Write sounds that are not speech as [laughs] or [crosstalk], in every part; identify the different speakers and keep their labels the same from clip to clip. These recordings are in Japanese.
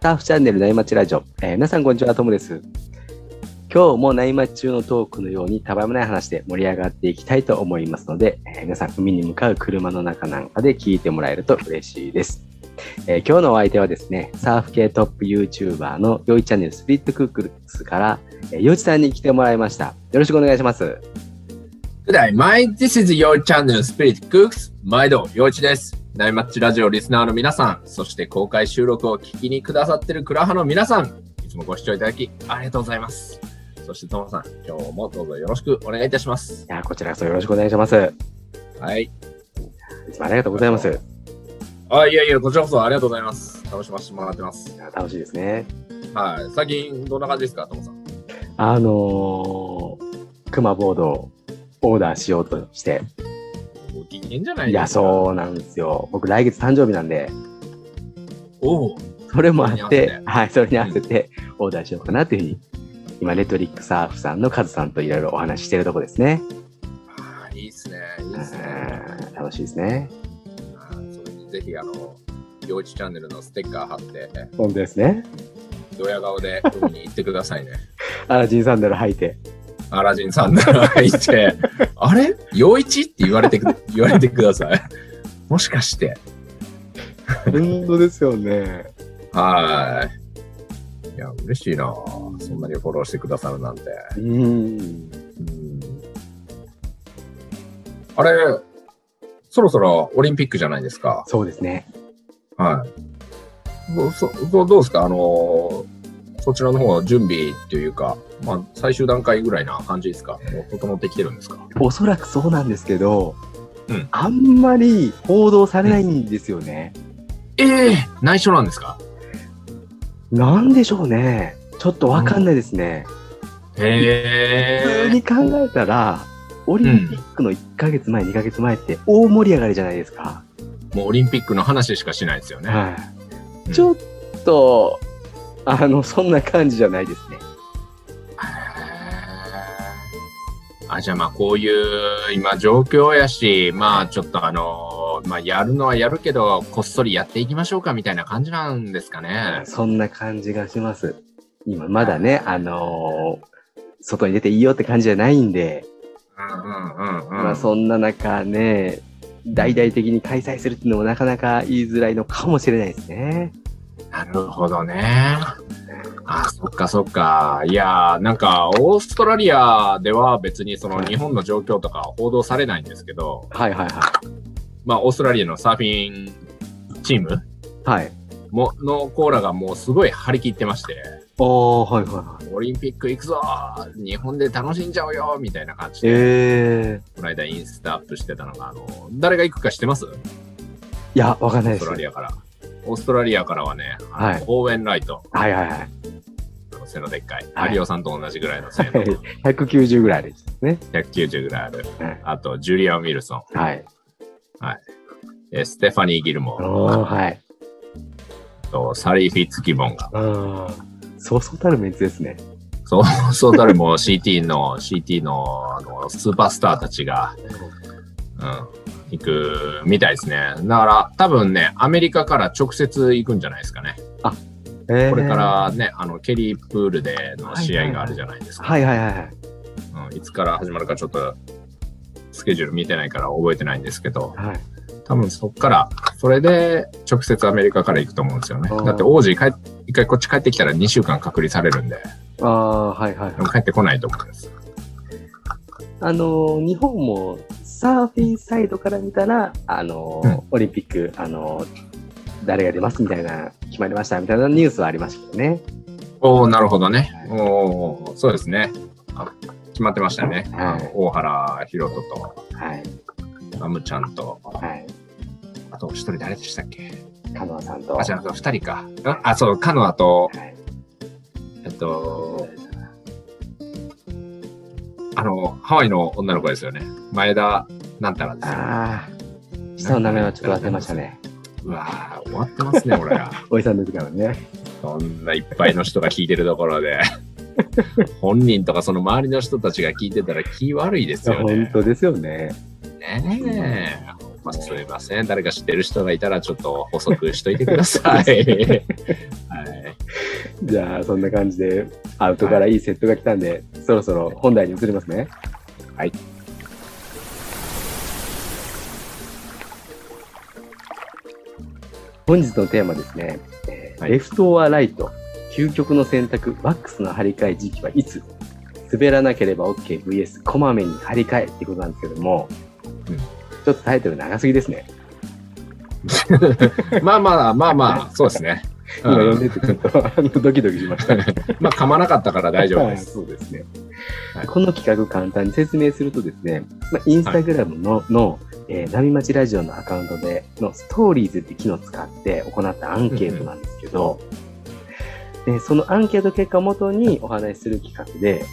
Speaker 1: ターフチャンネル内町ラジオ、えー皆さんこんにちは、トムです。今日も内町中のトークのようにたわいもない話で盛り上がっていきたいと思いますので、えー皆さん海に向かう車の中なんかで聞いてもらえると嬉しいです。えー今日のお相手はですね、サーフ系トップ YouTuber のよいチャンネルスピリットクックルスから、えー、よいちさんに来てもらいました。よろしくお願いします。
Speaker 2: Good day, mate. This is your channel Spirit Cooks. 毎度、陽一です。ナイマッチラジオリスナーの皆さん、そして公開収録を聞きにくださってるクラハの皆さん、いつもご視聴いただきありがとうございます。そしてトモさん、今日もどうぞよろしくお願いいたします。
Speaker 1: いやー、こちらこそよろしくお願いします。
Speaker 2: はい。
Speaker 1: いつもありがとうございます。い
Speaker 2: あ、いやいや、こちらこそありがとうございます。楽しませてもらってます。
Speaker 1: やー楽しいですね。
Speaker 2: はい。最近、どんな感じですか、トモさん。
Speaker 1: あのー、クマボードをオーダーしようとして、
Speaker 2: ご機嫌じゃない
Speaker 1: いや、
Speaker 2: う。
Speaker 1: そうなんですよ。僕、来月誕生日なんで、
Speaker 2: おう
Speaker 1: それもあっ
Speaker 2: それに合
Speaker 1: て
Speaker 2: わせ、て
Speaker 1: はい、それに合わせてオーダーしようかなというふうに、今、レトリックサーフさんのカズさんといろいろお話ししてるとこですね。
Speaker 2: あーいいっすね。いいっすね。
Speaker 1: うん楽しいですね。
Speaker 2: あーそれにぜひ、あの、陽一チャンネルのステッカー貼って、
Speaker 1: 本当ですね。
Speaker 2: ドヤ顔で海に行ってくださいね。 [laughs]
Speaker 1: アラジンサンダル履いて。
Speaker 2: アラジンさんならいて、 [laughs] あれ陽一って言われてく、 [laughs] 言われてください。 [laughs] もしかして。
Speaker 1: 本当ですよね。
Speaker 2: はーい。いや、嬉しいなぁそんなにフォローしてくださるなんて。
Speaker 1: うん。
Speaker 2: うんあれ、そろそろオリンピックじゃないですか。
Speaker 1: そうですね。
Speaker 2: はい。どそどどうですかあのーそちらの方は準備というか、まあ、最終段階ぐらいな感じですかもう整ってきてるんですか
Speaker 1: おそらくそうなんですけど、
Speaker 2: うん
Speaker 1: あんまり報道されないんですよね。
Speaker 2: ええ内緒なんですか
Speaker 1: なんでしょうね。ちょっとわかんないですね。
Speaker 2: へ
Speaker 1: 普通に考えたら、オリンピックの1ヶ月前、2ヶ月前って大盛り上がりじゃないですか。
Speaker 2: もうオリンピックの話しかしないですよね。
Speaker 1: はい。ちょっと、あの、そんな感じじゃないですね。
Speaker 2: へーあ、じゃあまあこういう今状況やし、まあちょっとあのまあやるのはやるけど、こっそりやっていきましょうかみたいな感じなんですかね。
Speaker 1: そんな感じがします。今、まだね、あのー外に出ていいよって感じじゃないんで、
Speaker 2: うんうんうんうん。
Speaker 1: まあそんな中ね、大々的に開催するっていうのもなかなか言いづらいのかもしれないですね。
Speaker 2: なるほどね。あ、そっかそっか。いやー、なんかオーストラリアでは別にその日本の状況とか報道されないんですけど、
Speaker 1: はいはいは
Speaker 2: まあオーストラリアのサーフィンチーム
Speaker 1: い。はい。
Speaker 2: ものコーラがもうすごい張り切ってまして、
Speaker 1: おー、はいはいはい。
Speaker 2: オリンピック行くぞー日本で楽しんじゃおうよみたいな感じで、
Speaker 1: え
Speaker 2: この間インスタアップしてたのが、あの、誰が行くか知ってますオー
Speaker 1: ー。いや、わかんないで
Speaker 2: スト
Speaker 1: す。
Speaker 2: ラ
Speaker 1: はい
Speaker 2: リアから。オーストラリアからはね、あの
Speaker 1: はい
Speaker 2: オーウェン・ライト、
Speaker 1: はいはい。
Speaker 2: あの背のでっかい、
Speaker 1: はい
Speaker 2: 有リオさんと同じぐらいの背の、
Speaker 1: 190ぐらいですね。
Speaker 2: 190ぐらいある
Speaker 1: はい。
Speaker 2: あと、ジュリアン・ウィルソン、
Speaker 1: はい。
Speaker 2: えステファニー・ギルモ
Speaker 1: おー、
Speaker 2: ー、
Speaker 1: はい。
Speaker 2: とサリー・フィッツ・キボンが、
Speaker 1: うん。そうそうたるメンツですね。
Speaker 2: そう、 [laughs] そう誰も CT の、CT のあのスーパースターたちが、うん、行くみたいですね。だから多分ね、アメリカから直接行くんじゃないですかね。
Speaker 1: えー
Speaker 2: これか。らね、あの、ケリープールでの試合があるじゃないですか。
Speaker 1: はいはいはいはい。
Speaker 2: うんいつから始まるかちょっと、スケジュール見てないから覚えてないんですけど、
Speaker 1: はい。
Speaker 2: 多分そっから、それで直接アメリカから行くと思うんですよね
Speaker 1: あー。
Speaker 2: だって王子帰っ、一回こっち帰ってきたら2週間隔離されるんで、
Speaker 1: ああー、はいはい
Speaker 2: でも。帰ってこないと思うんです。
Speaker 1: あのー日本もサーフィンサイドから見たら、あのー
Speaker 2: うん
Speaker 1: オリンピック、あのー誰が出ますみたいな、決まりましたみたいなニュースはありましたけどね。
Speaker 2: おおなるほどね。おーそうですね。あ決まってましたね。
Speaker 1: はい
Speaker 2: あの大原博人と、
Speaker 1: はい。
Speaker 2: ラムちゃんと、
Speaker 1: はい。
Speaker 2: あと一人誰でしたっけ
Speaker 1: カノアさんと。
Speaker 2: あ、じゃあ二人か。ああ、そう、カノアと、
Speaker 1: はい
Speaker 2: えっと、あの、ハワイの女の子ですよね。前田なんたらですよね。
Speaker 1: ああ、下の名前はちょっと忘れましたね。
Speaker 2: うわー終わってますね、俺ら。 [laughs]
Speaker 1: おじさんですからね。
Speaker 2: そんないっぱいの人が聞いてるところで。本人とかその周りの人たちが聞いてたら気悪いですよね。
Speaker 1: 本当ですよね。
Speaker 2: ねえ、ほんまあ、すみません。誰か知ってる人がいたら、ちょっと補足しといてください。 [laughs] はい。
Speaker 1: じゃあ、そんな感じで、アウトからいいセットが来たんで、そろそろ本題に移りますね。
Speaker 2: はい。
Speaker 1: 本日のテーマですね、えー
Speaker 2: はい
Speaker 1: レフトオアライト、究極の選択、ワックスの張り替え時期はいつ滑らなければ OK、VS、こまめに張り替えってことなんですけども、
Speaker 2: うん
Speaker 1: ちょっとタイトル長すぎですね。
Speaker 2: まあまあまあまあ、そうですね。う
Speaker 1: 今読ん
Speaker 2: ん、
Speaker 1: でてちょっとあのドキドキしました。
Speaker 2: まあ、噛まなかったから大丈夫で
Speaker 1: [laughs]
Speaker 2: す。
Speaker 1: そうですね、
Speaker 2: はい
Speaker 1: この企画簡単に説明するとですね、まあ、インスタグラムの、の、えー、波町ラジオのアカウントでのストーリーズって機能を使って行ったアンケートなんですけど、でそのアンケート結果をもとにお話しする企画で、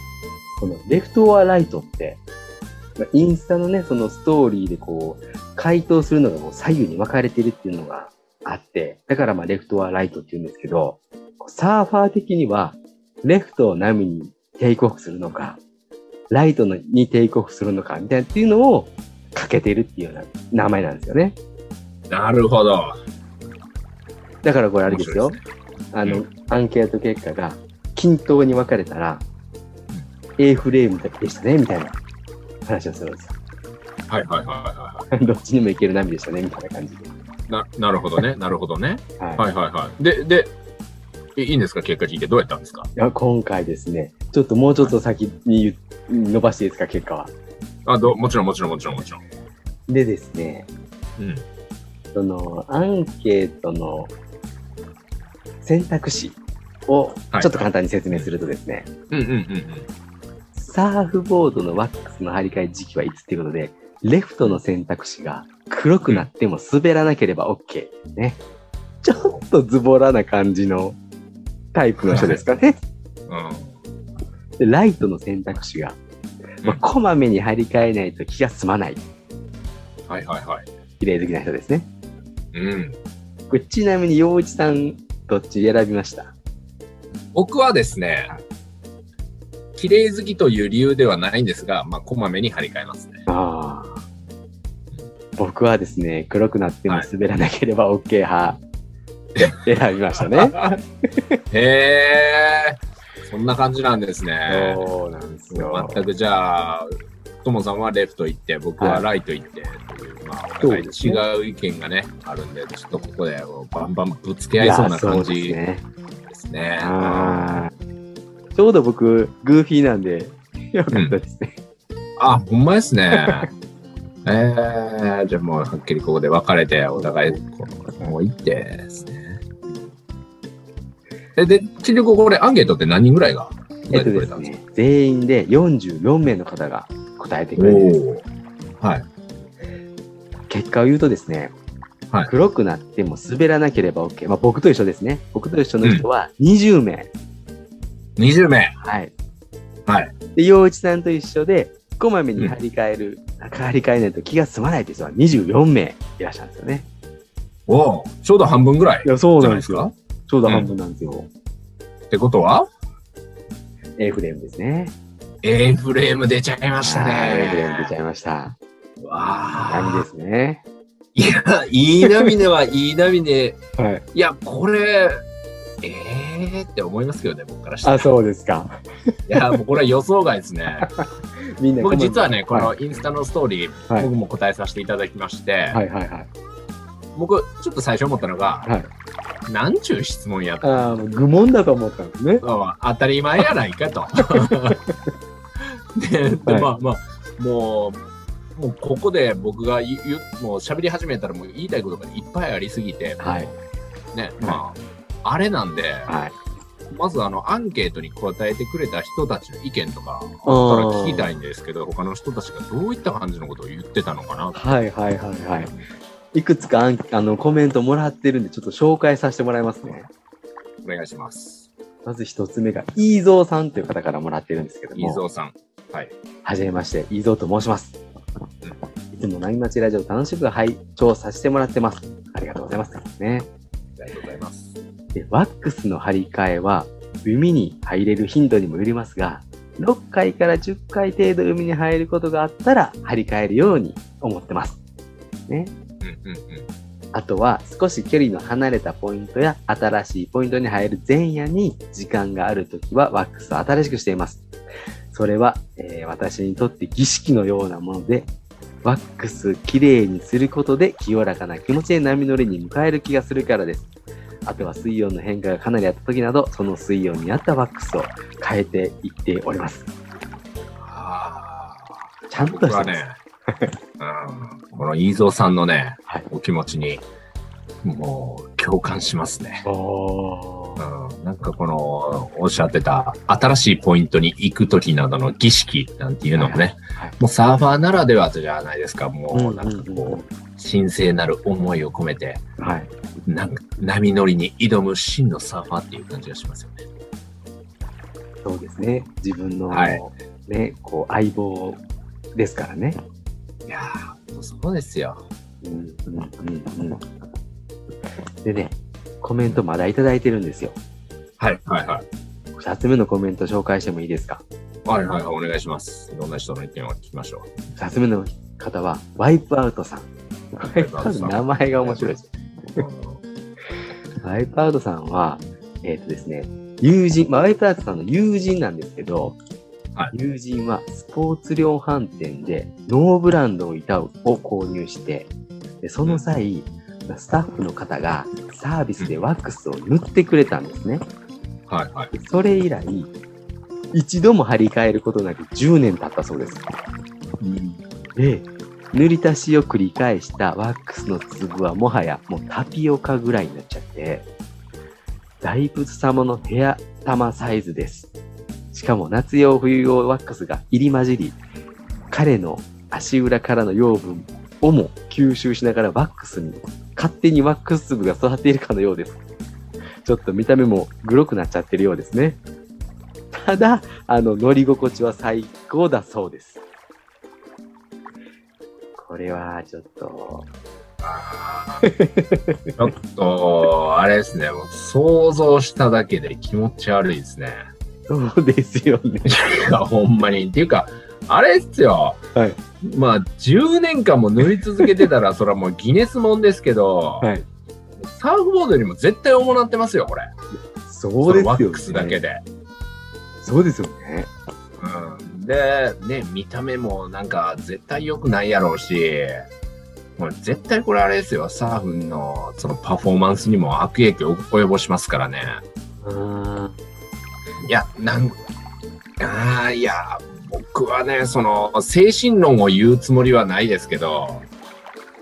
Speaker 1: このレフトオアライトって、まあインスタのね、そのストーリーでこう、回答するのがもう左右に分かれてるっていうのがあって、だからまあレフトはライトって言うんですけど、サーファー的には、レフトを波にテイクオフするのか、ライトのにテイクオフするのか、みたいなっていうのをかけてるっていうような名前なんですよね。
Speaker 2: なるほど。
Speaker 1: だからこれあれですよ。
Speaker 2: 面白い
Speaker 1: あの、アンケート結果が均等に分かれたら、A フレームでしたね、みたいな話をするんです [laughs]
Speaker 2: ですねはいはいはいはいは
Speaker 1: よ。どっちにもいける波でしたね、みたいな感じで。
Speaker 2: い。ななるほどね。なるほどね。
Speaker 1: はい
Speaker 2: はいはいはい。で、で、いいいんですか結果聞いて。どうやったんですか
Speaker 1: いや今回ですね、ちょっともうちょっと先に言う伸ばしていいですか、結果は。
Speaker 2: あどもちろんもちろんもちろんもちろん。
Speaker 1: でですね、
Speaker 2: うん。
Speaker 1: そのアンケートの選択肢を
Speaker 2: はい
Speaker 1: ちょっと簡単に説明するとですね、
Speaker 2: うんうんうんうん。
Speaker 1: サーフボードのワックスの張り替え時期はいつということで、レフトの選択肢が黒くなっても滑らなければ OK ね。ちょっとズボラな感じのタイプの人ですかね。
Speaker 2: う
Speaker 1: でライトの選択肢が、まあ、
Speaker 2: うん
Speaker 1: こまめに張り替えないと気が済まない。
Speaker 2: ん。はいはいはい。
Speaker 1: 綺麗好きな人ですね。
Speaker 2: うん。
Speaker 1: これちなみに、陽一さん、どっち選びました
Speaker 2: 僕はですね、綺麗好きという理由ではないんですが、まあ、こまめに張り替えますね。
Speaker 1: ああ。僕はですね、黒くなっても滑らなければ OK 派、選びましたね。
Speaker 2: [laughs] へえ、そんな感じなんですね。
Speaker 1: そうなんですよ。
Speaker 2: 全くじゃあ、ともさんはレフト行って、僕はライト行って、というまあ、お互いに
Speaker 1: そうですね
Speaker 2: 違う意見がね、あるんで、ちょっとここでバンバンぶつけ合いそうな感
Speaker 1: い
Speaker 2: じ
Speaker 1: やそうですね
Speaker 2: ですね。
Speaker 1: あーちょうど僕、グーフィーなんで、 [laughs] よかったですね。
Speaker 2: あ、ほんまですね。 [laughs] えー、じゃあもうはっきりここで別れて、お互い、こうもう行ってですね。え、で、結局これアンケートって何人ぐらいが
Speaker 1: え
Speaker 2: 答え
Speaker 1: ってと
Speaker 2: く
Speaker 1: で
Speaker 2: れた
Speaker 1: す
Speaker 2: んです
Speaker 1: ね、全員で44名の方が答えて
Speaker 2: か、
Speaker 1: くれて、
Speaker 2: おーはい。
Speaker 1: 結果を言うとですね、
Speaker 2: はい
Speaker 1: 黒くなっても滑らなければ OK。まあ僕と一緒ですね。僕と一緒の人は20名。
Speaker 2: 20名。
Speaker 1: はい。
Speaker 2: はい。
Speaker 1: で、陽一さんと一緒で、こまめに張り替える、張り替えないと気が済まないっていう人は24名いらっしゃるんですよね。
Speaker 2: おーちょうど半分ぐらい
Speaker 1: いや、そ
Speaker 2: じゃないですか。。
Speaker 1: ちょうど
Speaker 2: うん
Speaker 1: 半分なんですよ。
Speaker 2: ってことは、
Speaker 1: A フレームですね。
Speaker 2: A フレーム出ちゃいました
Speaker 1: はい A フレーム出ち
Speaker 2: ね。
Speaker 1: ゃいました。
Speaker 2: わ
Speaker 1: 波
Speaker 2: あ。
Speaker 1: ですね。
Speaker 2: いや、いい波ではいい波で、
Speaker 1: はい。
Speaker 2: いや、これ、えーって思いますけどね、僕からしたら。
Speaker 1: あ、そうですか。
Speaker 2: いや、もうこれは予想外で
Speaker 1: [laughs]
Speaker 2: すね。
Speaker 1: みんな
Speaker 2: 僕実はね、
Speaker 1: コ
Speaker 2: こ
Speaker 1: メント
Speaker 2: のインスタのストーリー、
Speaker 1: はい
Speaker 2: 僕も答えさせていただきまして、
Speaker 1: はいはいはいはい。
Speaker 2: 僕、ちょっと最初思ったのが、
Speaker 1: はい、
Speaker 2: なんちゅう質問やと。
Speaker 1: ああ、もう愚問だと思ったんですね。
Speaker 2: まあ当たり前やないか [laughs] と。で、で
Speaker 1: はい
Speaker 2: まあまあ、もう、もうここで僕が言う、もう喋り始めたらもう言いたいことがいっぱいありすぎて、
Speaker 1: はい。
Speaker 2: ね、まあ、あれなんで、
Speaker 1: はい。
Speaker 2: まずあの、アンケートに答えてくれた人たちの意見とか、あったら聞きたいんですけど、他の人たちがどういった感じのことを言ってたのかなと
Speaker 1: はいはいはいはい。いくつかアンあのコメントもらってるんで、ちょっと紹介させてもらいますね。
Speaker 2: お願いします。
Speaker 1: まず一つ目が、飯蔵さんという方からもらってるんですけど
Speaker 2: 伊
Speaker 1: も、
Speaker 2: 蔵さん。はい。
Speaker 1: はじめまして、飯蔵と申します。いつも波町ラジオ楽しく拝聴させてもらってます。ありがとうございます。ね。
Speaker 2: ありがとうございます。
Speaker 1: で、ワックスの張り替えは、海に入れる頻度にもよりますが、6回から10回程度海に入ることがあったら張り替えるように思ってます。ね。
Speaker 2: うんうん。
Speaker 1: あとは少し距離の離れたポイントや新しいポイントに入る前夜に時間があるときはワックスを新しくしています。それは、えー私にとって儀式のようなもので、ワックスきれいにすることで清らかな気持ちで波乗りに迎える気がするからです。あとは水温の変化がかなりあった時など、その水温に合ったワックスを変えていっております。
Speaker 2: ああ。
Speaker 1: ちゃんとして
Speaker 2: 僕
Speaker 1: ま
Speaker 2: は
Speaker 1: す。
Speaker 2: ね、うん、この飯蔵さんのね、
Speaker 1: はい
Speaker 2: お気持ちに、もう共感しますね。
Speaker 1: おー
Speaker 2: うん、なんかこの、おっしゃってた、新しいポイントに行くときなどの儀式なんていうのもね、
Speaker 1: はい
Speaker 2: もうサーファーならではじゃないですか、もう
Speaker 1: うん
Speaker 2: な
Speaker 1: うんうん
Speaker 2: んかこう、神聖なる思いを込めて、
Speaker 1: はい。
Speaker 2: なんか波乗りに挑む真のサーファーっていう感じがしますよね。
Speaker 1: そうですね。自分の、
Speaker 2: はい
Speaker 1: ね、こう、相棒ですからね。
Speaker 2: いやー、そうですよ。
Speaker 1: うんうんうんうん。でね、コメントまだいただいてるんですよ。
Speaker 2: はい、はい、はい。
Speaker 1: 2つ目のコメント紹介してもいいですか
Speaker 2: はい、はい、お願いします。いろんな人の意見を聞きましょう。
Speaker 1: ?2 つ目の方は、ワイプアウトさん。ワイプアウト名前が面白いです。ワイプアウトさんは、えっ、とですね、友人、まあ、ワイプアウトさんの友人なんですけど、
Speaker 2: は
Speaker 1: 友人はスポーツ量販店でノーブランドの板を購入して、でその際、スタッフの方がサービスでワックスを塗ってくれたんですね。
Speaker 2: はい、はい。
Speaker 1: それ以来、一度も張り替えることなく10年経ったそうです。で、塗り足しを繰り返したワックスの粒はもはやもうタピオカぐらいになっちゃって、大仏様の部屋玉サイズです。しかも夏用冬用ワックスが入り混じり、彼の足裏からの養分をも吸収しながらワックスに、勝手にワックス粒が育っているかのようです。ちょっと見た目もグロくなっちゃってるようですね。ただ、あの、乗り心地は最高だそうです。これはちょっと、
Speaker 2: ちょっと、あれですね、もう想像しただけで気持ち悪いですね。 [laughs]
Speaker 1: そうですよね。
Speaker 2: いや、ほんまに。っていうか、あれっすよ。
Speaker 1: はい
Speaker 2: まあ、10年間も塗り続けて
Speaker 1: [laughs]
Speaker 2: たら、それはもうギネスもんですけど、
Speaker 1: はい
Speaker 2: サーフボードよりも絶対重なってますよ、これ。
Speaker 1: そうですよね。
Speaker 2: のワックスだけ。で。
Speaker 1: そうですよね。
Speaker 2: うん、で、ね、見た目もなんか絶対良くないやろうし、もう絶対これあれですよ、サーフンのそのパフォーマンスにも悪影響を及ぼしますからね。
Speaker 1: うん。
Speaker 2: いや、なん、ああ、いや、僕はね、その、精神論を言うつもりはないですけど、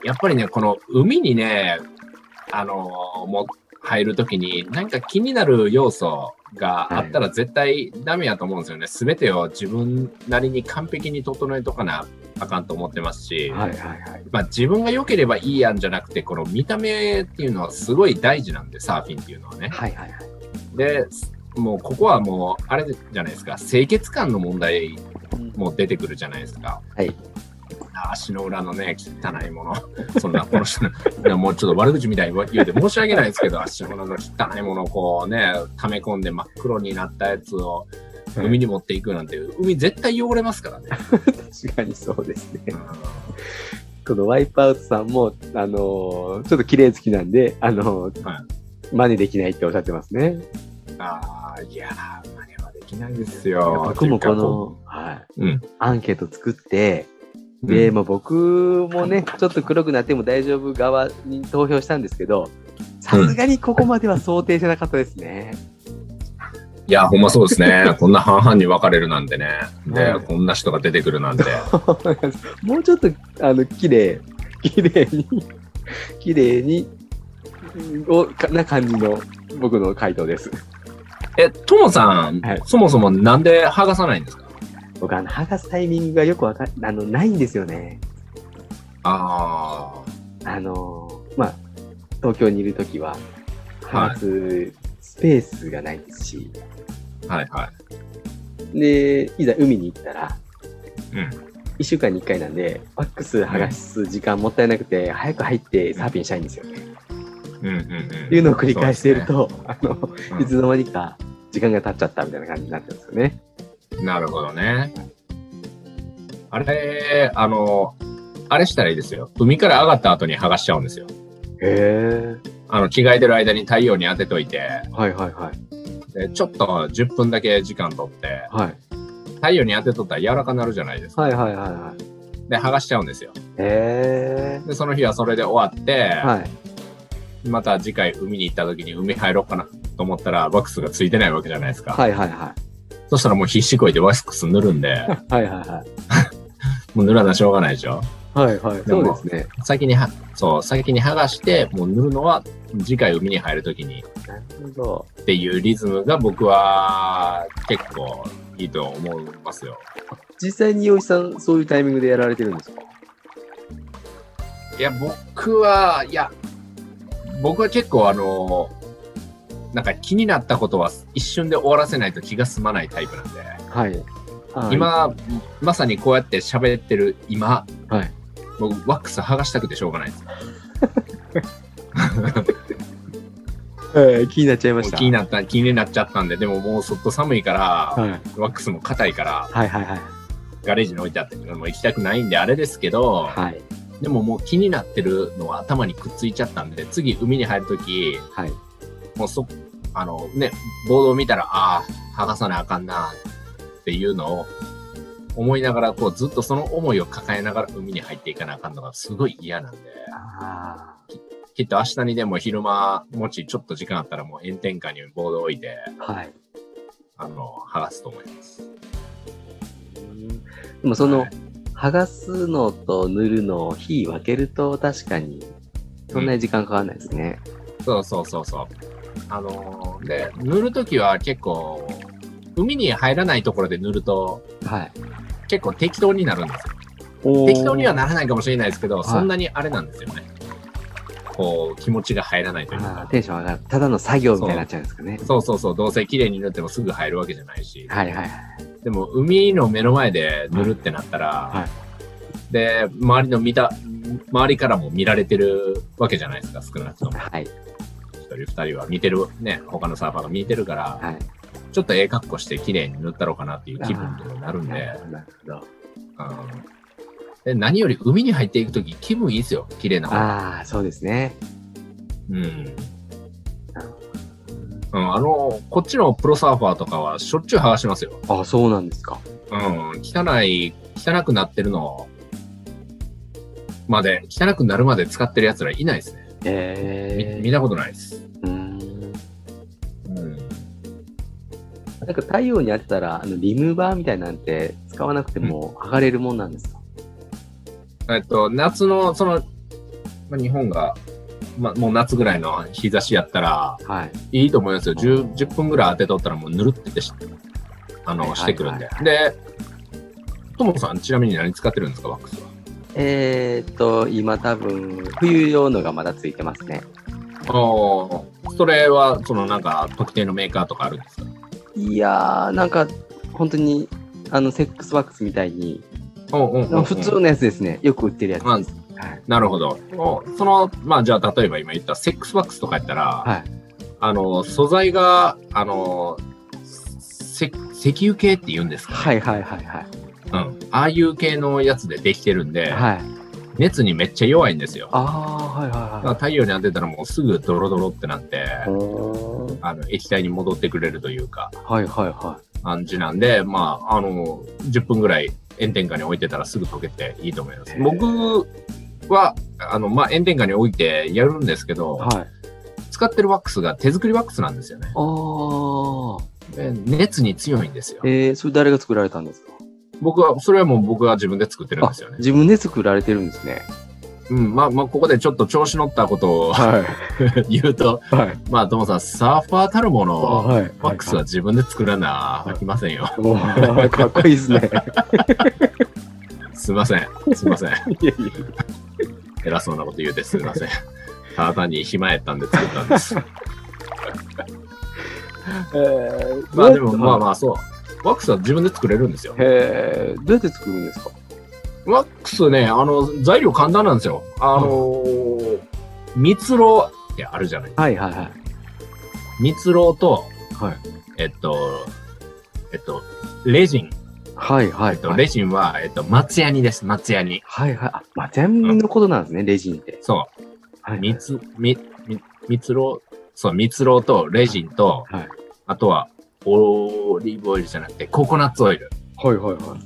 Speaker 2: やっぱりね、この海にね、あの、もう入るときに、なんか気になる要素があったら絶対ダメやと思うんですよね。すべ、てを自分なりに完璧に整えとかなあかんと思ってますし、
Speaker 1: はいはいはい。
Speaker 2: まあ自分が良ければいいやんじゃなくて、この見た目っていうのはすごい大事なんで、サーフィンっていうのはね。
Speaker 1: はいはいはい。
Speaker 2: で、もうここはもう、あれじゃないですか、清潔感の問題も出てくるじゃないですか。
Speaker 1: はい。
Speaker 2: 足の裏のね、汚いもの、 [laughs] そんな、この人の、いやもうちょっと悪口みたいに言うて申し訳ないですけど、足の裏の汚いものをこうね、溜め込んで真っ黒になったやつを海に持っていくなんて、海絶対汚れますからね。
Speaker 1: 確かにそうですね。
Speaker 2: うん
Speaker 1: このワイプアウトさんも、あのーちょっと綺麗好きなんで、あのー
Speaker 2: は
Speaker 1: 真似できないっておっしゃってますね。
Speaker 2: ああ、いやー、真似はできないですよ。
Speaker 1: 僕も
Speaker 2: って
Speaker 1: こ
Speaker 2: いうかう
Speaker 1: の、はい、
Speaker 2: うん
Speaker 1: アンケート作って、
Speaker 2: うん
Speaker 1: で、もう僕もね、ちょっと黒くなっても大丈夫側に投票したんですけど、さすがにここまでは想定してなかったですね。
Speaker 2: いや、ほんまそうですね。こんな半々に分かれるなんてね。で、
Speaker 1: はい
Speaker 2: こんな人が出てくるなんて。
Speaker 1: [laughs] もうちょっと、あの、綺麗、綺麗に、綺麗に、をかな感じの僕の回答です。
Speaker 2: え、ともさん、
Speaker 1: はい
Speaker 2: そもそもなんで剥がさないんですか
Speaker 1: 僕、あの、剥がすタイミングがよくわかん、あの、ないんですよね。
Speaker 2: あ
Speaker 1: あのーまあ、東京にいるときは、
Speaker 2: はい
Speaker 1: 剥がすスペースがないですし、
Speaker 2: あ、はいは
Speaker 1: で、いざ海に行ったら、
Speaker 2: い。うん。
Speaker 1: 1週間に1回なんで、ワックス剥がす時間もったいなくて、早く入ってサーフィンしたいんですよね。
Speaker 2: うんうんうん。
Speaker 1: っていうのを繰り返している
Speaker 2: そ
Speaker 1: と、あの、
Speaker 2: う
Speaker 1: い
Speaker 2: です
Speaker 1: つ
Speaker 2: ね、
Speaker 1: の間にか時間が経っちゃったみたいな感じになってるんですよね。
Speaker 2: うんなるほどね。あれ、あの、あれしたらいいですよ。海から上がった後に剥がしちゃうんですよ。
Speaker 1: へえ。
Speaker 2: あの、着替えてる間に太陽に当てといて、
Speaker 1: はいはいはい。
Speaker 2: でちょっと10分だけ時間取って、
Speaker 1: はい。
Speaker 2: 太陽に当てとったら柔らかになるじゃないですか。
Speaker 1: はいはいはいはい。
Speaker 2: で、剥がしちゃうんですよ。
Speaker 1: へ
Speaker 2: で、その日はそれで終わって、
Speaker 1: え。はい。
Speaker 2: また次回海に行った時に海入ろうかなと思ったら、ワックスがついてないわけじゃないですか。
Speaker 1: はいはいは
Speaker 2: そしたらもう必死こいてワックス塗るんで、
Speaker 1: い。はいはいはい。
Speaker 2: もう塗らなしょうがないでしょ。
Speaker 1: はいはい。
Speaker 2: でも
Speaker 1: そうですね。
Speaker 2: 先には、そう、先に剥がして、もう塗るのは次回海に入る時に
Speaker 1: なるほど。
Speaker 2: っていうリズムが僕は結構いいと思いますよ。
Speaker 1: 実際に洋一さん、そういうタイミングでやられてるんですか
Speaker 2: いや、僕は、いや、僕は結構あの、なんか気になったことは一瞬で終わらせないと気が済まないタイプなんで、
Speaker 1: はい。あー、
Speaker 2: 今、まさにこうやって喋ってる今、
Speaker 1: はい
Speaker 2: 僕、ワックス剥がしたくてしょうがないです。
Speaker 1: えー気になっちゃいま
Speaker 2: も
Speaker 1: し
Speaker 2: う
Speaker 1: た。
Speaker 2: 気になった、気になっちゃったんで、でももうそっと寒いから、
Speaker 1: はい、
Speaker 2: ワックスも硬いから、
Speaker 1: はいはいはい。
Speaker 2: ガレージに置いてあって、もう行きたくないんであれですけど、
Speaker 1: はい。
Speaker 2: でももう気になってるのは頭にくっついちゃったんで、次海に入るとき、
Speaker 1: はい。
Speaker 2: もうそ、あのね、ボードを見たら、ああ、剥がさなあかんな、っていうのを思いながら、こうずっとその思いを抱えながら海に入っていかなあかんのがすごい嫌なんで、
Speaker 1: あ
Speaker 2: きっと明日にでも昼間、もしちょっと時間あったらもう炎天下にボードを置いて、
Speaker 1: あ。はい。
Speaker 2: あの、剥がすと思います。
Speaker 1: でもその、
Speaker 2: はい
Speaker 1: 剥がすのと塗るのを火分けると確かに、そんなに時間かかんないですね。
Speaker 2: そうそうそうそう。あのーで、塗るときは結構、海に入らないところで塗ると、
Speaker 1: はい。
Speaker 2: 結構適当になるんですよ。適
Speaker 1: 適
Speaker 2: 当には
Speaker 1: な
Speaker 2: ならないかもしれないですけど、
Speaker 1: い
Speaker 2: そんなにあれなんですよね。こう、気持ちが入らないという
Speaker 1: あ
Speaker 2: か
Speaker 1: ー。テンション上がる。ただの作業みたいになっちゃうんですかね。
Speaker 2: そうそうそう、どうせ綺麗に塗ってもすぐ入るわけじゃないし。
Speaker 1: はいはいはい。
Speaker 2: でも、海の目の前で塗るってなったら、
Speaker 1: は
Speaker 2: で、周りの見た、周りからも見られてるわけじゃないですか、少なくとも。
Speaker 1: はい。
Speaker 2: 一人二人は見てる、ね、他のサーファーが見てるから、
Speaker 1: はい。
Speaker 2: ちょっとええ格好して綺麗に塗ったろうかなっていう気分になるんで
Speaker 1: なる、ほどなるほど。
Speaker 2: うんで何より海に入っていくとき気分いいですよ、綺麗な方が。
Speaker 1: ああ、そうですね。
Speaker 2: うん。うん、あの、こっちのプロサーファーとかはしょっちゅう剥がしますよ。
Speaker 1: ああ、そうなんですか。
Speaker 2: うん、汚い、汚くなってるのをまで、汚くなるまで使ってる奴らいないですね。み
Speaker 1: え
Speaker 2: 見たことないです。
Speaker 1: ー。うーん。
Speaker 2: う
Speaker 1: な
Speaker 2: ん。
Speaker 1: んか太陽に当てたら、あのリムーバーみたいなんて使わなくても剥がれるもんなんですか、
Speaker 2: えっと、夏の、その、まあ、日本が、まあ、もう夏ぐらいの日差しやったら、
Speaker 1: はい。
Speaker 2: いいと思いますよ。10, 10分ぐらい当てとったらもうぬるってし、あ
Speaker 1: はいはいは
Speaker 2: の、
Speaker 1: い
Speaker 2: してくるんで。で、ともさん、ちなみに何使ってるんですか、ワックスは。
Speaker 1: えー、っと、今多分、冬用のがまだついてますね。
Speaker 2: ああ、それは、そのなんか、特定のメーカーとかあるんですか
Speaker 1: いやー、なんか、本当に、あの、セックスワックスみたいに、
Speaker 2: うんうんうんうん
Speaker 1: 普通のやつですね。よく売ってるやつ
Speaker 2: まあ
Speaker 1: です。はい。
Speaker 2: なるほど。おその、まあ、じゃあ、例えば今言ったセックスワックスとかやったら、
Speaker 1: はい。
Speaker 2: あの、素材が、あの、せ石油系って言うんですか、
Speaker 1: はいはいはいはい。
Speaker 2: うん。ああいう系のやつでできてるんで、
Speaker 1: はい。
Speaker 2: 熱にめっちゃ弱いんですよ。
Speaker 1: あー、はい
Speaker 2: だ
Speaker 1: はい
Speaker 2: から
Speaker 1: は
Speaker 2: 太陽に当てたらもうすぐドロドロってなって、
Speaker 1: い。おー
Speaker 2: あの液体に戻ってくれるというか
Speaker 1: はいはいは
Speaker 2: 感じなんで、まあ、あの10分ぐらい炎天下に置いてたらすぐ溶けていいと思います
Speaker 1: へ。ー
Speaker 2: 僕はあの、まあ、炎天下に置いてやるんですけど、
Speaker 1: い。はい。
Speaker 2: 使ってるワックスが手作りワックスなんですよね。
Speaker 1: あー。
Speaker 2: で熱に強いんですよ。
Speaker 1: えー、それ誰が作られたんですか
Speaker 2: 僕は、それはもう僕は自分で作ってるんですよね。
Speaker 1: 自分で作られてるんですね。
Speaker 2: うん、まあ、まあ、ここでちょっと調子乗ったことを
Speaker 1: はい。
Speaker 2: [laughs] 言うと、
Speaker 1: はい。
Speaker 2: まあ、ともさん、サーファーたるもの、
Speaker 1: はい。
Speaker 2: ワックスは自分で作らなあきませんよ。
Speaker 1: おーかっこいいですね。
Speaker 2: すいません。すいません。 [laughs]
Speaker 1: いやいや
Speaker 2: 偉そうなこと言うてすみません。ただ単に暇やったんで作った
Speaker 1: [laughs]
Speaker 2: んです。
Speaker 1: えー
Speaker 2: まあでもまあまあそう。ワックスは自分で作れるんですよ。
Speaker 1: へえ、どうやって作るんですか
Speaker 2: ワックスね、あの、材料簡単なんですよ。あのー、蜜ろうってあるじゃない。
Speaker 1: はいはいはい。
Speaker 2: 蜜ろうと、
Speaker 1: はい
Speaker 2: えっと、えっと、レジン。
Speaker 1: はいは
Speaker 2: え
Speaker 1: い
Speaker 2: っと、
Speaker 1: はい。
Speaker 2: レジンは、えっと、松ヤニです、松ヤニ。
Speaker 1: はいはい。あ、まあ、全部のことなんですね、レジンって。
Speaker 2: そ
Speaker 1: は
Speaker 2: う、
Speaker 1: い。
Speaker 2: みつ、み、み、蜜ろう、そう、蜜ろうとレジンと、
Speaker 1: はい。
Speaker 2: あとは、オリーブオイルじゃなくて、ココナッツオイル。
Speaker 1: はいはいはい。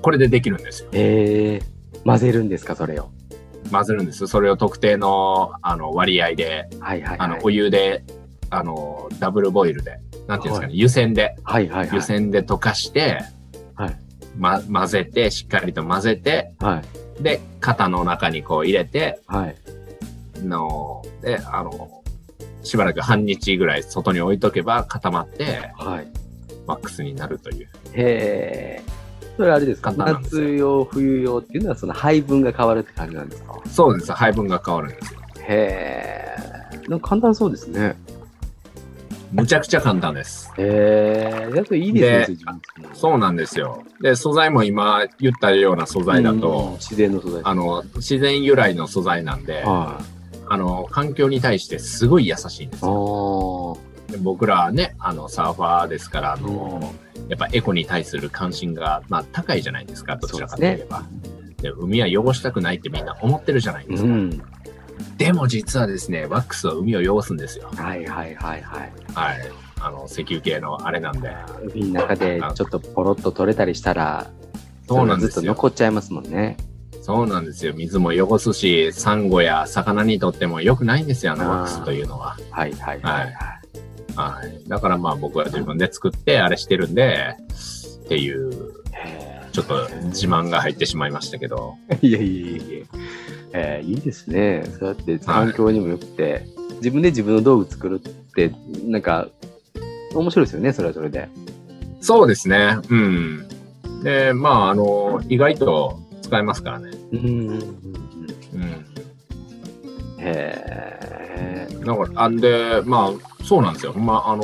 Speaker 2: これでできるんですよ。
Speaker 1: えー、混ぜるんですか、それを。
Speaker 2: 混ぜるんですよ。それを特定の、あの、割合で、
Speaker 1: はいはいはい。
Speaker 2: あの、お湯で、あの、ダブルボイルで、なんていうんですかね、
Speaker 1: は
Speaker 2: 湯煎で、
Speaker 1: はいはいはい。
Speaker 2: 湯煎で溶かして、
Speaker 1: はい
Speaker 2: ま、混ぜて、しっかりと混ぜて、
Speaker 1: はい
Speaker 2: で、型の中にこう入れて、
Speaker 1: はい。
Speaker 2: の、で、あの、しばらく半日ぐらい外に置いとけば固まって、
Speaker 1: はい。
Speaker 2: マックスになるという。
Speaker 1: へえ。それあれですか
Speaker 2: 簡単なんですよ
Speaker 1: 夏用、冬用っていうのはその配分が変わるって感じなんですか
Speaker 2: そうです。配分が変わるんです。
Speaker 1: へえ。なんか簡単そうですね。
Speaker 2: むちゃくちゃ簡単です。
Speaker 1: へえ。だといいですね、
Speaker 2: で
Speaker 1: 自分の
Speaker 2: そうなんですよ。で、素材も今言ったような素材だ
Speaker 1: うん
Speaker 2: と、
Speaker 1: 自然の素材。
Speaker 2: あの、自然由来の素材なんで、
Speaker 1: はい。
Speaker 2: あの、環境に対してすごい優しいんです
Speaker 1: あ
Speaker 2: よ。
Speaker 1: ー
Speaker 2: で僕らね、あの、サーファーですから、あ
Speaker 1: うん
Speaker 2: の、やっぱエコに対する関心が、まあ、高いじゃないですか、どちらかといえば。で海は汚したくないってみんな思ってるじゃないで
Speaker 1: う
Speaker 2: すか。
Speaker 1: ん。
Speaker 2: でも実はですね、ワックスは海を汚すんですよ。
Speaker 1: はいはいはいはい。
Speaker 2: はい。あの、石油系のあれなんで。
Speaker 1: 海の中でちょっとポロッと取れたりしたら、
Speaker 2: そうなんで
Speaker 1: ずっ
Speaker 2: す
Speaker 1: と
Speaker 2: よ。
Speaker 1: 残っちゃいますもんね。
Speaker 2: そうなんですよ。水も汚すし、サンゴや魚にとっても良くないんですよ、あ
Speaker 1: あー
Speaker 2: のワックスというのは。
Speaker 1: はいはいはいは
Speaker 2: はい。だからまあ僕は自分で作って、あれしてるんで、っていう、
Speaker 1: い。へ
Speaker 2: ちょっと自慢が入ってしまいましたけど。
Speaker 1: ーいやいやいやいや。えーいいですね。そうやって環境にも良くて、自分で自分の道具作るって、なんか、面白いですよね、それはそれで。
Speaker 2: そうですね。うん。で、まあ、あの、意外と使えますからね。
Speaker 1: うん。
Speaker 2: うん。
Speaker 1: へー
Speaker 2: だから、あんで、まあ、そうなんですよ。ほんま、あの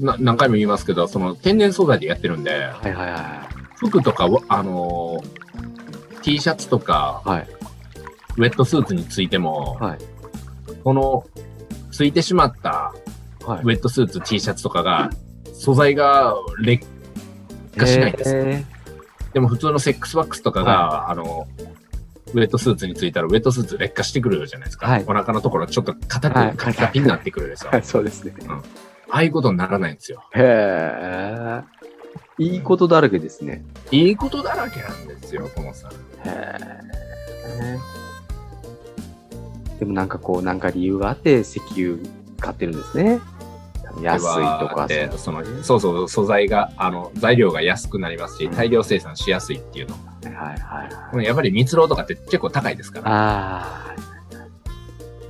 Speaker 2: な、何回も言いますけど、その天然素材でやってるんで、
Speaker 1: はいはいは
Speaker 2: 服とかは、あの T シャツとか、
Speaker 1: い。はい。
Speaker 2: ウェットスーツについても、
Speaker 1: はい。
Speaker 2: この、ついてしまった
Speaker 1: はい
Speaker 2: ウェットスーツ、T シャツとかが、素材が劣化しないんです。
Speaker 1: へ
Speaker 2: でも普通のセックスワックスとかが、あの、ウェットスーツについたら、ウェットスーツ劣化してくるじゃないですか。
Speaker 1: はい
Speaker 2: お腹のところちょっと硬く、
Speaker 1: はい
Speaker 2: カピカピになってくるでしょ。
Speaker 1: ーそうですね。
Speaker 2: ああいうことにならないんですよ。
Speaker 1: へえ。いいことだらけですね。
Speaker 2: いいことだらけなんですよ、このさん。
Speaker 1: へえ。でもなんかこう、なんか理由があって石油買ってるんですね。多分安いとか。
Speaker 2: で
Speaker 1: そう
Speaker 2: そのそうそう、素材が、あの、材料が安くなりますし、大量生産しやすいっていうの。
Speaker 1: はいはいはい。
Speaker 2: やっぱり蜜ろうとかって結構高いですから。
Speaker 1: あ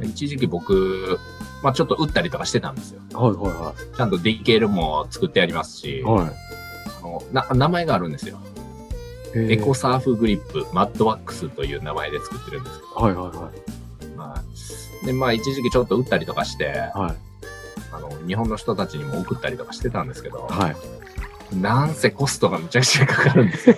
Speaker 2: 一時期僕、まあちょっと打ったりとかしてたんですよ。
Speaker 1: あ、はいは
Speaker 2: ちゃんとディケールも作ってありますし
Speaker 1: い、はい。は
Speaker 2: あのな名前があるんですよ。
Speaker 1: い。へえ
Speaker 2: エコサーフグリップ、マッドワックスという名前で作ってるんですけ
Speaker 1: はいはいは
Speaker 2: ど、まあ、で、まあ一時期ちょっと打ったりとかして、
Speaker 1: い。はい。
Speaker 2: あの、日本の人たちにも送ったりとかしてたんですけど、
Speaker 1: はい。
Speaker 2: なんせコストがむちゃくちゃかかるんですよ。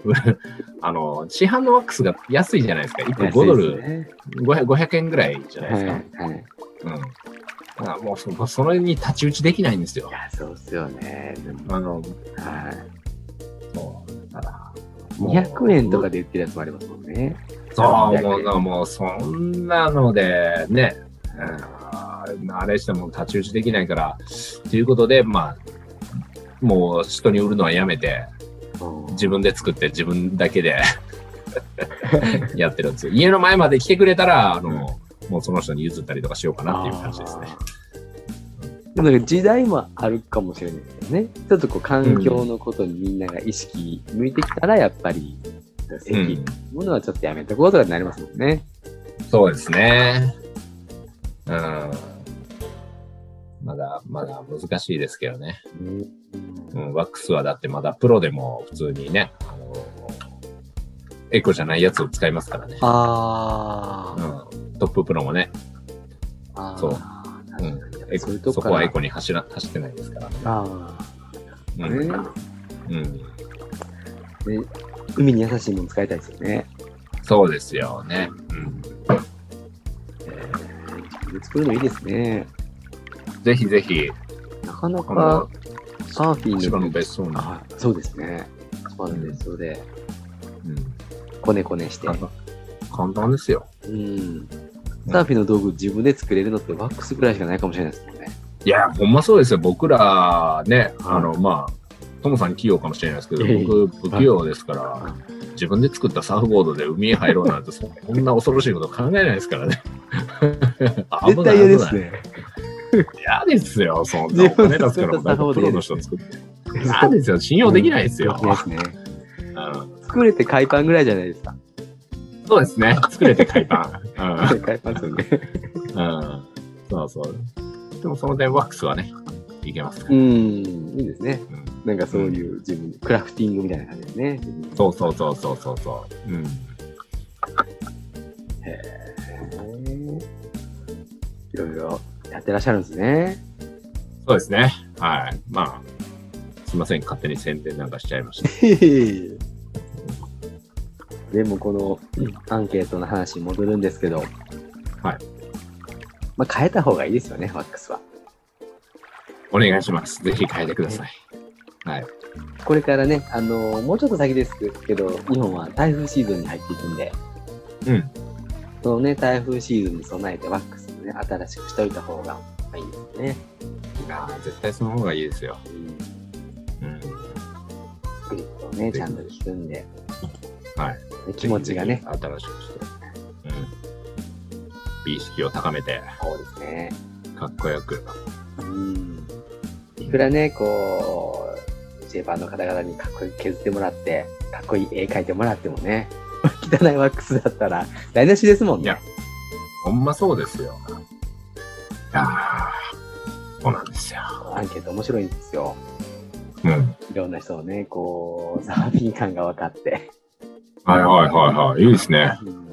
Speaker 2: [laughs] あの、市販のワックスが安いじゃないですか。1個5ドル、
Speaker 1: 安いですね
Speaker 2: 500, 500円ぐらいじゃないで
Speaker 1: は
Speaker 2: す
Speaker 1: い
Speaker 2: か。
Speaker 1: はい。い
Speaker 2: うん。だからもうそ、それに太刀打ちできないんですよ。
Speaker 1: や、そうっすよね。でも
Speaker 2: あの、
Speaker 1: はい。
Speaker 2: そう。だからもう
Speaker 1: 200円とかで売ってるやつもありますもんね。
Speaker 2: そう、
Speaker 1: 300円
Speaker 2: もうな、もうそんなので、ね。うんあれしても太刀打ちできないから、ということで、まあ、もう人に売るのはやめて、
Speaker 1: うん
Speaker 2: 自分で作って自分だけ [laughs] でやってるんですよ。家の前まで来てくれたら、あの、もうその人に譲ったりとかしようかなっていう感じですね。
Speaker 1: でもなんか時代もあるかもしれないですよね。ちょっとこう環境のことにみんなが意識向いてきたら、やっぱり、石
Speaker 2: う
Speaker 1: 油
Speaker 2: ん、
Speaker 1: ものはちょっとやめとこうとかになりますもんね。
Speaker 2: そうですね。うん。まだ、まだ難しいですけどね。うん、ワックスはだってまだプロでも普通にね、あの、エコじゃないやつを使いますからね。
Speaker 1: あ
Speaker 2: う
Speaker 1: ー
Speaker 2: ん、トッププロもね、
Speaker 1: あー。
Speaker 2: そう
Speaker 1: 確かにやっぱ
Speaker 2: エコ
Speaker 1: そういう
Speaker 2: そ
Speaker 1: とこ
Speaker 2: こ
Speaker 1: から
Speaker 2: はエコに走ら走ってないですから。
Speaker 1: あ
Speaker 2: う
Speaker 1: あ、
Speaker 2: ん。
Speaker 1: ね
Speaker 2: うん、
Speaker 1: ね海に優しいもの使いたいですよね。
Speaker 2: そうですよね。うん
Speaker 1: えー自分で作るのいいですね。
Speaker 2: ぜひぜひ、
Speaker 1: なかな
Speaker 2: こ
Speaker 1: か
Speaker 2: の、
Speaker 1: サーフィン
Speaker 2: 千葉
Speaker 1: の
Speaker 2: の別荘に。
Speaker 1: あそうですね。そうなんです。それで、
Speaker 2: うん。
Speaker 1: こねこねして。
Speaker 2: 簡単簡単ですよ。
Speaker 1: うん。サーフィンの道具自分で作れるのってワックスぐらいしかないかもしれないですもんね。
Speaker 2: いや、ほんまそうですよ。僕らね、あの、まあ、トモさん器用かもしれないですけど、
Speaker 1: ええ
Speaker 2: 僕、不器用ですから
Speaker 1: は、
Speaker 2: 自分で作ったサーフボードで海へ入ろうなんて、そんな恐ろしいこと考えないですから
Speaker 1: [laughs]
Speaker 2: ね。
Speaker 1: 絶対嫌です
Speaker 2: ね。
Speaker 1: ね。
Speaker 2: 嫌ですよ、そんな。お金出すから、
Speaker 1: 自分で作ったサーフボード
Speaker 2: プロの人作って。嫌ですよ、信用できないですよ。
Speaker 1: そうですね。
Speaker 2: うん
Speaker 1: 作れて海パンぐらいじゃないですか。
Speaker 2: そうですね。作れて海パン。うん
Speaker 1: 海パンですよね。
Speaker 2: うんそうそう。でもその点ワックスはね、いけますか
Speaker 1: う
Speaker 2: ら。
Speaker 1: ん。いいですね
Speaker 2: う。
Speaker 1: なんかそういう自分で、クラフティングみたいな感じですね。自分で
Speaker 2: そうそうそうそうそうそう。うん。
Speaker 1: いろいろやってらっしゃるんですね。
Speaker 2: そうですね。はい。まあ、すいません。勝手に宣伝なんかしちゃいました。
Speaker 1: でもこのアンケートの話に戻るんですけど、はい。まあ変えた方がいいですよね、ワックスは。
Speaker 2: お願いします。ぜひ変えてください。はい。
Speaker 1: これからね、あのもうちょっと先ですけど、日本は台風シーズンに入っていくんで、
Speaker 2: うん。
Speaker 1: そのね、台風シーズンに備えてワックスをね、新しくしておいた方がいいですね。
Speaker 2: ああ、絶対その方がいいですよ。
Speaker 1: うん。
Speaker 2: うん。
Speaker 1: グリップをね、ちゃんと効くんで。
Speaker 2: はい
Speaker 1: で。気持ちがね。
Speaker 2: 新しくして。うん。美意識を高めて、
Speaker 1: そうですね。
Speaker 2: かっこよく。
Speaker 1: うん。いくらね、こう、ジェパンの方々にかっこよく削ってもらって、かっこいい絵描いてもらってもね、 [laughs] 汚いワックスだったら台無しですもん
Speaker 2: い
Speaker 1: ね
Speaker 2: や。ほんまそうですよ。いやーそうなんですよ。
Speaker 1: アンケート面白いんですよ。
Speaker 2: うん。
Speaker 1: いろんな人をね、こう、サーフィン感が分かって。
Speaker 2: はいはいはいはい。いいですね。
Speaker 1: うん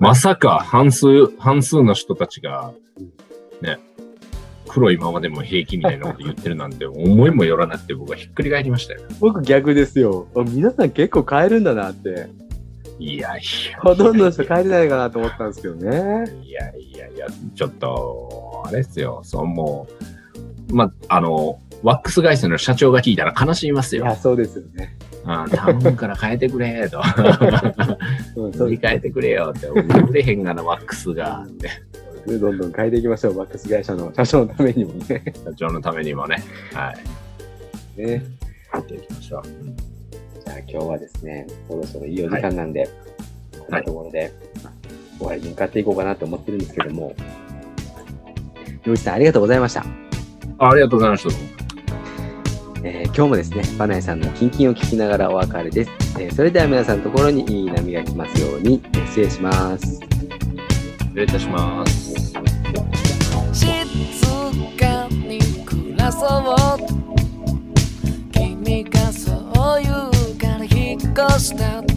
Speaker 2: まさか半数、半数の人たちが、ね、黒いままでも平気みたいなこと言ってるなんて思いもよらなくて僕はひっくり返りましたよ。
Speaker 1: 僕逆ですよ。あ皆さん結構変えるんだなって。
Speaker 2: いやいや。
Speaker 1: ほとんどの人変えてないかなと思ったんですけどね。
Speaker 2: いやいやいや、ちょっと、あれですよ。そう、もう、ま、あの、ワックス会社の社長が聞いたら悲しみます
Speaker 1: いや、
Speaker 2: よ。
Speaker 1: そうですよね。
Speaker 2: うん、頼むから変えてくれ、と。
Speaker 1: うん、そう
Speaker 2: 塗
Speaker 1: で
Speaker 2: り
Speaker 1: すね
Speaker 2: 替えてくれよって。売れへんがな、ワックスが。って
Speaker 1: どんどん変えていきましょう。ワックス会社の社長のためにもね。
Speaker 2: 社長のためにもね。は
Speaker 1: [laughs]
Speaker 2: い。
Speaker 1: ね
Speaker 2: やっていきましょう。うん
Speaker 1: じゃあ今日はですね、そろそろいいお時間なんで、こんなところで終わりに向かっていこうかなと思ってるんですけども、洋一さんありがとうございました。
Speaker 2: あありがとうございました。
Speaker 1: えー今日もですね、バナイさんのキンキンを聞きながらお別れです。えーそれでは皆さんのところにいい波が来ますように、えー失礼します。
Speaker 2: 失礼いたします。
Speaker 3: 静かに暮らそう君がそう言うから引っ越した